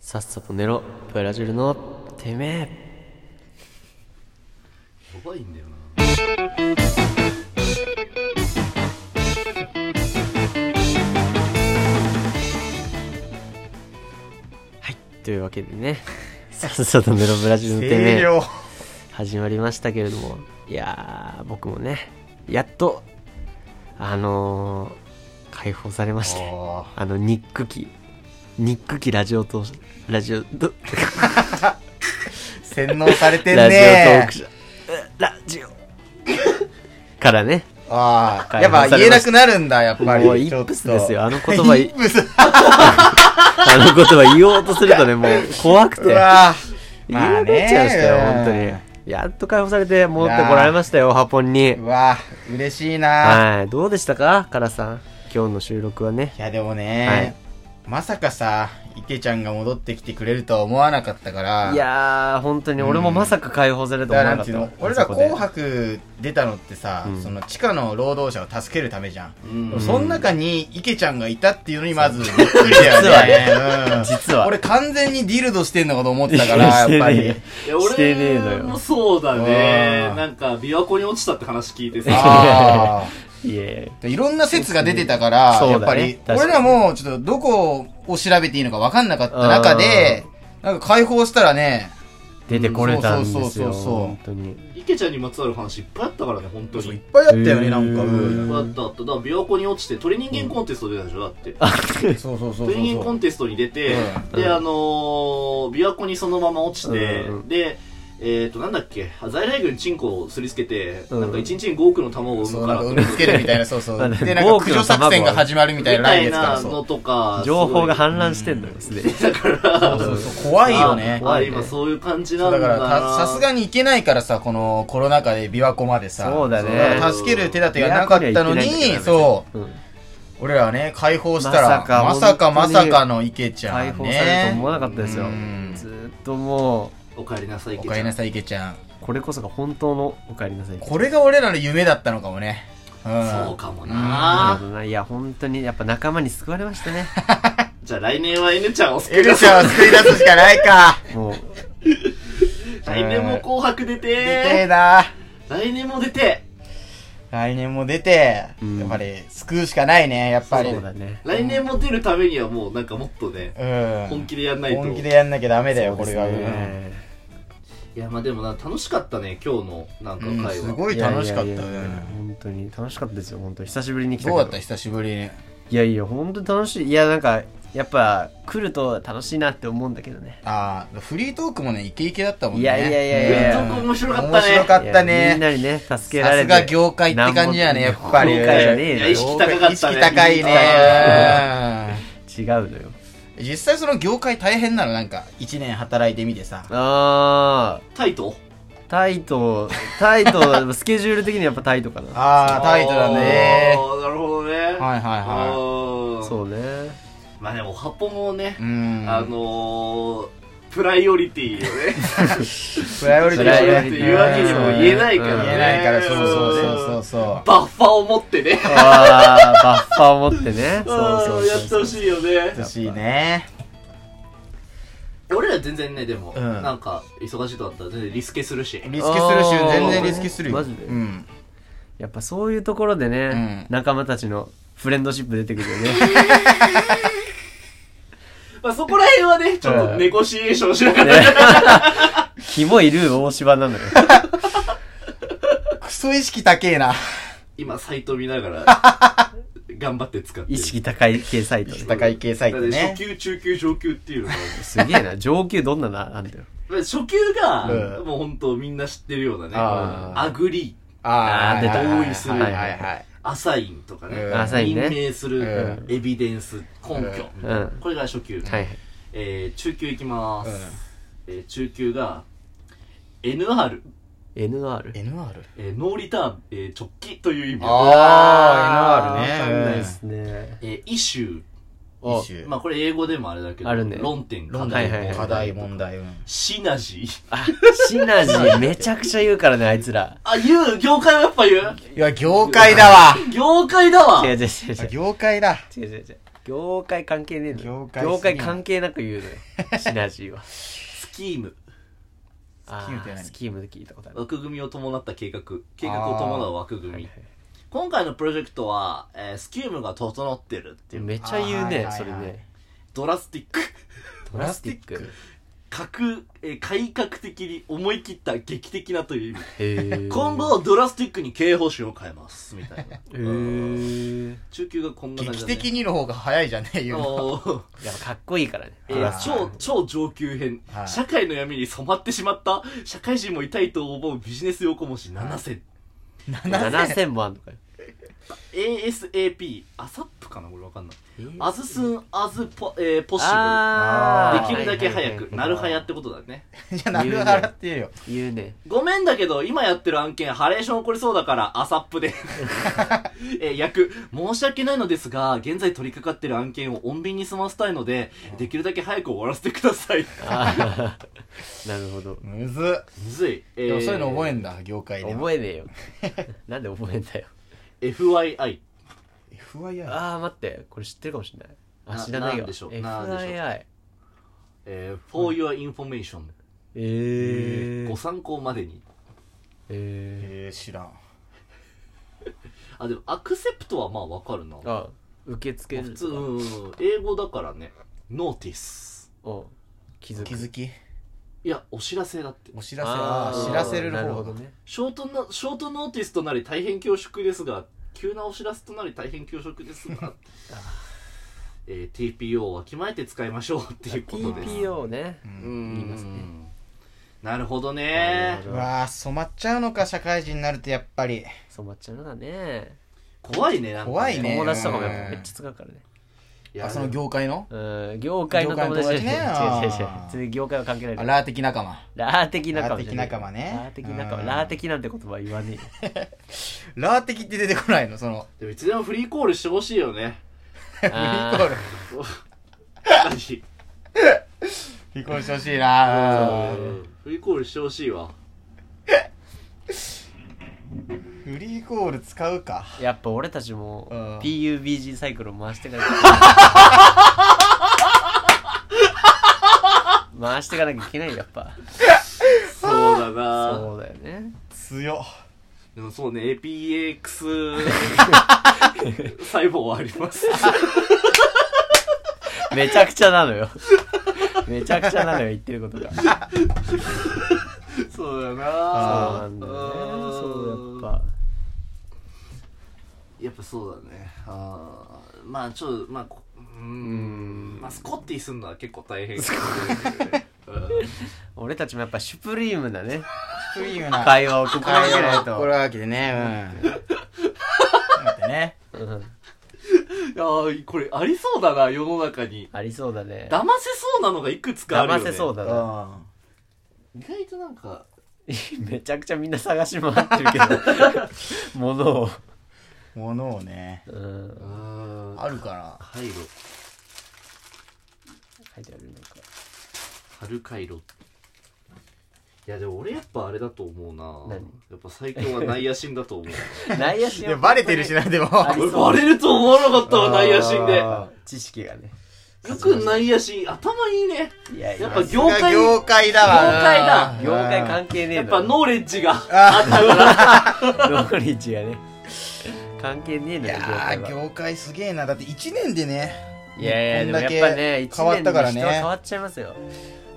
さっさと寝ろブラジルのてめえやばいんだよなはいというわけで ねさっさと寝ろブラジルのてめえ始まりましたけれどもいやー僕もねやっとあのー解放されましてああのニック機ニック機ラジオとラジオど洗脳されてんラジオトーねクショーラジオからねああ解やっ放されまぱした言えなくなるんだやっぱりもうイちょっッとプスですよあの言葉イップスあの言葉言おうとするとねもう怖くうてわー言えなくなっちゃいましたよ、まあね本当に。やっと解放されて戻ってこられましたよ、ハポンにう。わ嬉しいなはい、どうでしたか、カラさん。今日の収録はね。いやでもねまさかさ池ちゃんが戻ってきてくれるとは思わなかったからいやー、本当に俺もまさか解放されるとだ思かわらなかなんってたいうのわ。俺らあそこで紅白出たのってさ、うんその地下の労働者を助けるためじゃん、んでもその中に池ちゃんがいたっていうのにまずびっくりだよね、うん実は俺完全にディルドしてんのかと思ってたからやっ ぱいやしりてねいや俺してねえのよもそうだねうんなんか琵琶湖に落ちたって話聞いてさあいやいやーいろんな説が出てたから、そうだやっねぱり確かに俺らもちょっとどこを調べていいのか分かんなかった中でなんか解放したらね出てこれたんですうよ、んそうそうそうそう本当 に。池ちゃんにまつわる話いっぱいあったからね本当にいいっっぱいあったよねなんか、へーぱいあったあっただから琵琶湖に落ちて鳥人間コンテスト出たでしょだってそうそうそうそう鳥人間コンテストに出てうであのー琵琶湖にそのまま落ちてうんでえーとなんだっけあ在来魚にチンコをすりつけてうんなんか一日に5億の卵を産そうむなかんから売りつけるみたいな、そう そまあう。ねで、なんか駆除作戦が始まるみみたいなた来い月からなそのう。とか情報がすごい氾濫してんのよ、すでに。そうそうそう怖いよね。あ怖あいね今そういう感じそなうんだだからなた、さすがに行けないからさ、このコロナ禍で琵琶湖までさ。そうだね。から助ける手立てがなかったのに、そううんう。俺らはね、解放したら、ままささかかまさかの池ちゃ解ん放されると思ね。わなかったですようん。ずーっともおかえりなさいお池かえちゃりんなさい池ちゃんう。、これこそが本当のお帰りなさい。これが俺らの夢だったのかもね。うん。そうかもなるなほどないや本当にやっぱ仲間に救われました ねじゃあ来年は N ちゃんを救エい出ルすちゃんを救い出すしかないか。もう来年も紅白出出てえてな。来年も出て来年も出て、うんやっぱり救うしかないね、やっぱり。そうだね来年も出るためにはもうなんかもっとねうん。本気でやんないと本気でやんなきゃダメだよ、そうこでれすが。ねいやまあでもな楽しかったね今日のなんかうん会す話、ごい楽しかっいたよやいやいやね。本当に楽しかったですよ本当に久しぶりに来たけどうだったい久しぶりに。やいや本当に楽しいいやなんかやっぱ来ると楽しいなって思うんだけどねああ、フリートークもね、イケイケだったもんね。いやいやいやいやうんフリートーク面白かったね面白かったいやみんね。なにね助けらされてすが業界って感じやね、やっぱり。業界じゃねえいやよ意識高かったね意識高い意識高ね。違うのようん実際その業界大変なの、なんか、一年働いてみてさ。あタイトータイトタイトスケジュール的にやっぱタイトかなああ、タイトだね。あーなるほどねはいはいははそう ねいまあでもハポもねい。う、ん。あのー、プライオリティよね プライオリテプィライオリティ言うわけにも言えないからうねん言えないから、そうそうそうそうそう。バッファを持ってねあーバッファーを持ってねそううそんうやってそうほしいよね難しいね。俺ら全然ねでも、うんなんか忙しいとだったら全然リスケするしリスケするしあ、ー全然リスケするよ。マジでうん。やっぱそういうところでね、う仲間たちのフレンドシップ出てくるよ ね。まあそこら辺はねちょっとネゴシエーションしながら、ね、キモいルー大芝なのよ。クソ意識高えな。今サイト見ながら頑張って使って意る識高い系サイトね。高い系サイトだからね初。級中級上級っていうのがすげえな。上級どんなな、なんだよ。まあ初級が、うんもう本当みんな知ってるようなねあーアグリああー出た同意するはいはいはい。アサインとかね、うんアサインね任命するうエビデンス根拠、うんこれが初級、はいはい。えー、中級いきまーす、うんえー、中級が NR、 NR? NR? えー、ノーリターン、えー、直帰という意味あー、わかんない NR でね。すね。えー、イシュお一周ーまあこれ英語でもあれだけどあるね論点課論題、はいはいは題、い課題問題。うんシナジーあ、シナジーめちゃくちゃ言うからね、あいつら。あ言う業界はやっぱ言ういや、業界だわ。業界だわ違う違う違う違業界だ。う。違う違う違う。業界関係ねえの業界すぎ業ない界関係なく言うのよシナジーはスキームあキームってー何スキームで聞いたことある枠組みを伴った計画計画を伴う枠組み、今回のプロジェクトは、えースキームが整ってるっていうめっちゃ言うねあーそれはいはいねドラスティック ドラスティック革、えー改革的に思い切った劇的なという意味へえ今後ドラスティックに経営方針を変えますみたいなへえ中級がこんな感じ劇だ、ね、的にの方が早いじゃねえあよ。 のやっぱかっこいいからねえはーい超超上級編、はい社会の闇に染まってしまった社会人も痛いと思うビジネス横文字7000、 7000もあんのかよ ASAP アサップかな俺わかんないえーアズスンアズポ、えーポッシブあルーできるだけ早はいはいくはいなるはやってことだねいや、なる払ってよ。言うね ごめんだけど今やってる案件ハレーション起こりそうだからアサッ プで、えー、役申し訳ないのですが現在取り掛かってる案件を穏便に済ませたいのでできるだけ早く終わらせてくださいあーなるほどむずっ。むずい、えでもそういうの覚えんんだ、業界では。覚えねえよなんで覚えんだよ FYI FYI。ああ待ってこれ知ってるかもしれないあな知らないなよんでしょうなんでしょう FII えー for your information、えごー参考までにええー、知らん。あでもアクセプトはまあわかるなーあ受付普通うん英語だからねノーティスお気づ気くづきいやお知らせだってお知らせあは、ー知らせるなる方ほだど。ねショートなショートノーティスとなり大変恐縮ですが急なお知らせとなり大変恐縮です がえー TPO は決まえて使いましょうっていうことです TPO ねう言いますねんなるほどなねるほうどわー、染まっちゃうのか、社会人になるとやっぱり。染まっちゃうのがね怖いねなんか怖いね友達とかもやっぱめっちゃ使うからねいやあ、その業界のうん業界の友達業界の友達違ねう違う違うあー全然業界は関係ないあラー的仲間。ラー的仲間じゃないラー的仲間ねラー的仲間うんラー的なんて言葉言わねえラー的って出てこないのその、でもいつでもフリーコールしてほしい よね よフリあーーコール。マジフリーコールしてほしいなうーんフリーコールしてほしいわフリーコール使うか。やっぱ俺たちもうん PUBG サイクルを回していかなきゃ回していかなきゃいけないやっぱそうだなそうだよね強っ。でもそうね APX 細胞はありますめちゃくちゃなのよめちゃくちゃなのよ言ってることがそうそうだよなあなんだよねあーそうやっぱやっぱそうだねあーまあちょっとまあこうーんまあスコッティすんのは結構大変うん俺たちもやっぱシュプリームなねフリーな。会話を心がけないと、心がけてね、うん。待ってね。うん、いやーこれありそうだな世の中にありそうだね騙せそうなのがいくつかあるよ騙ねせそうだなあ意外となんか めちゃくちゃみんな探し回ってるけど物を、あ。ものをね。うん、ああるから。回路書いてあるなんか春回路いやでも俺やっぱあれだと思うな何やっぱ最強は内野心だと 思う内野心いはや、バレてるしな、でも。あり俺そうバレると思わなかったわ内野心でよあー知識がねく内野心頭いいねいやいややっぱ業界業界だわ。業界だ業界関係ねえやっだぱろノーレッジがノーリッチがね関係ねえいのよや業ー、界は業界すげえな。だって1年でね。いやいやでもやっぱね一変わ年ったのから人は変わっね。ちゃいますよ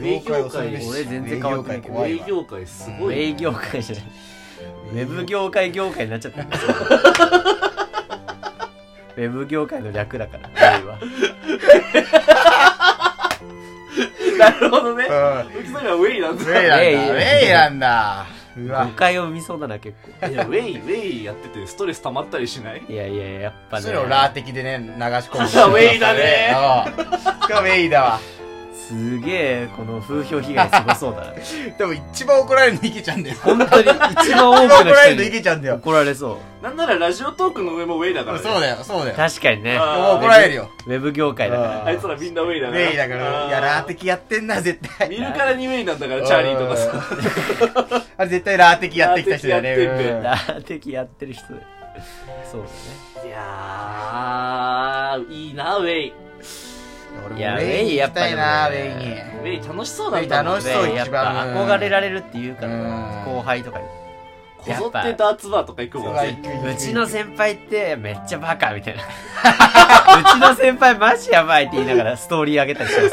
営業恐るべ界し俺全然変わってない営けど業界怖いわ。営業界すごいね営業界じゃないウェブ業界業界になっちゃった んですよウェブ業界の略だから俺はなるほどねうん。それはウェイなんウだェイなんだ。ウウェェイイなんだ。う誤わ。解を見そうだな結構いやウェイウェイやっててストレス溜まったりしないいやいやいややっぱねそれをラー的でね、流し込む。ウェイだねうん。がウェイだわ。すげえこの風評被害すごそうだなでも一番怒られるのいけちゃうんだよ。本当に一番多一く 番怒られるののい人けにちゃうんだよ。怒られそうなんならラジオトークの上もウェイだからねそうだよ、そうだよ。確かにねあもう怒られるよ。ウェブ業界だからあいつらみんなウェイだウからェイだから、いや、ラー的やってんな、絶対。見るからにウェイなんだからチャーリーとかさうんあれ絶対ラー的やってきた人だよね。ラー的やってんだようんラー的やってる人そうだねいやー、やー、いいな、ウェイ。俺いもやウェイ行きたいな、ウウェイェイにやっ。ウェイ楽しそうだったもんウェイ楽しそうやっぱ一番憧れられるって言うからなうん後輩とかにこぞってダーツバーとか行くもんね。うちの先輩ってめっちゃバカみ たいなうちの先輩マジやばいって言いながらストーリー上げたりしてま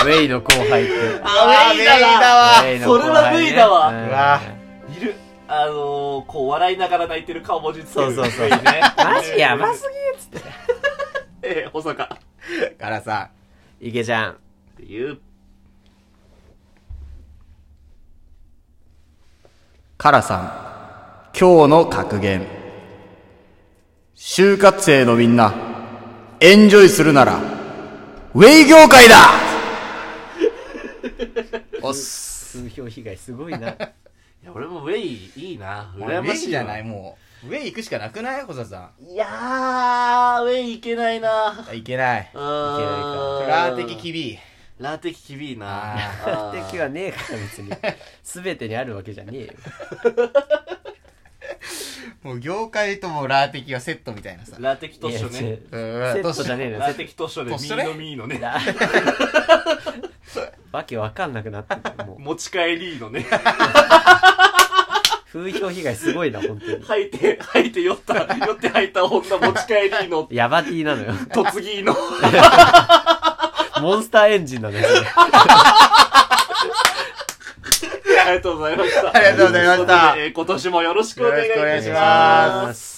すウェイの後輩ってあ、ウェイだあウェイの後輩ねそれはウェイだわんうわな。いる。あのー、こう、笑いながら泣いてる顔文字つけそる。うそうそうウェイねマジやばす えー、保坂。っからさ、ぎ池ちゃんていう。からさん、今日の格言。就活生のみんな、エンジョイするなら、ウェイ業界 だおっす。風評被害すごいないや、俺もウェイいいな。ウェ羨まイしいじわゃないもう。ウェイ行くしかなくない小沢さいやー、ウェイいけないな。ん。いけない。ういけないーかん。ラー的キビ。ラーテキ厳いなああー敵はねえから別に全てにあるわけじゃねえよもう業界ともラー的はセットみたいなさ。ラーテキトいッやシセュねットじゃねえのよラーテキトッシュでトミッシューねのミーのねだ わけわかんなくなってるもう持ち帰りのね風評被害すごいな本当に吐いて吐いて酔った酔って吐いた女持ち帰り のヤバティなのよ嫁ぎ のモンスターエンジンなのよそれありがとうございました。ありがとうございましたえー今年もよろしくお願いいたしよろしくお願いしま。ます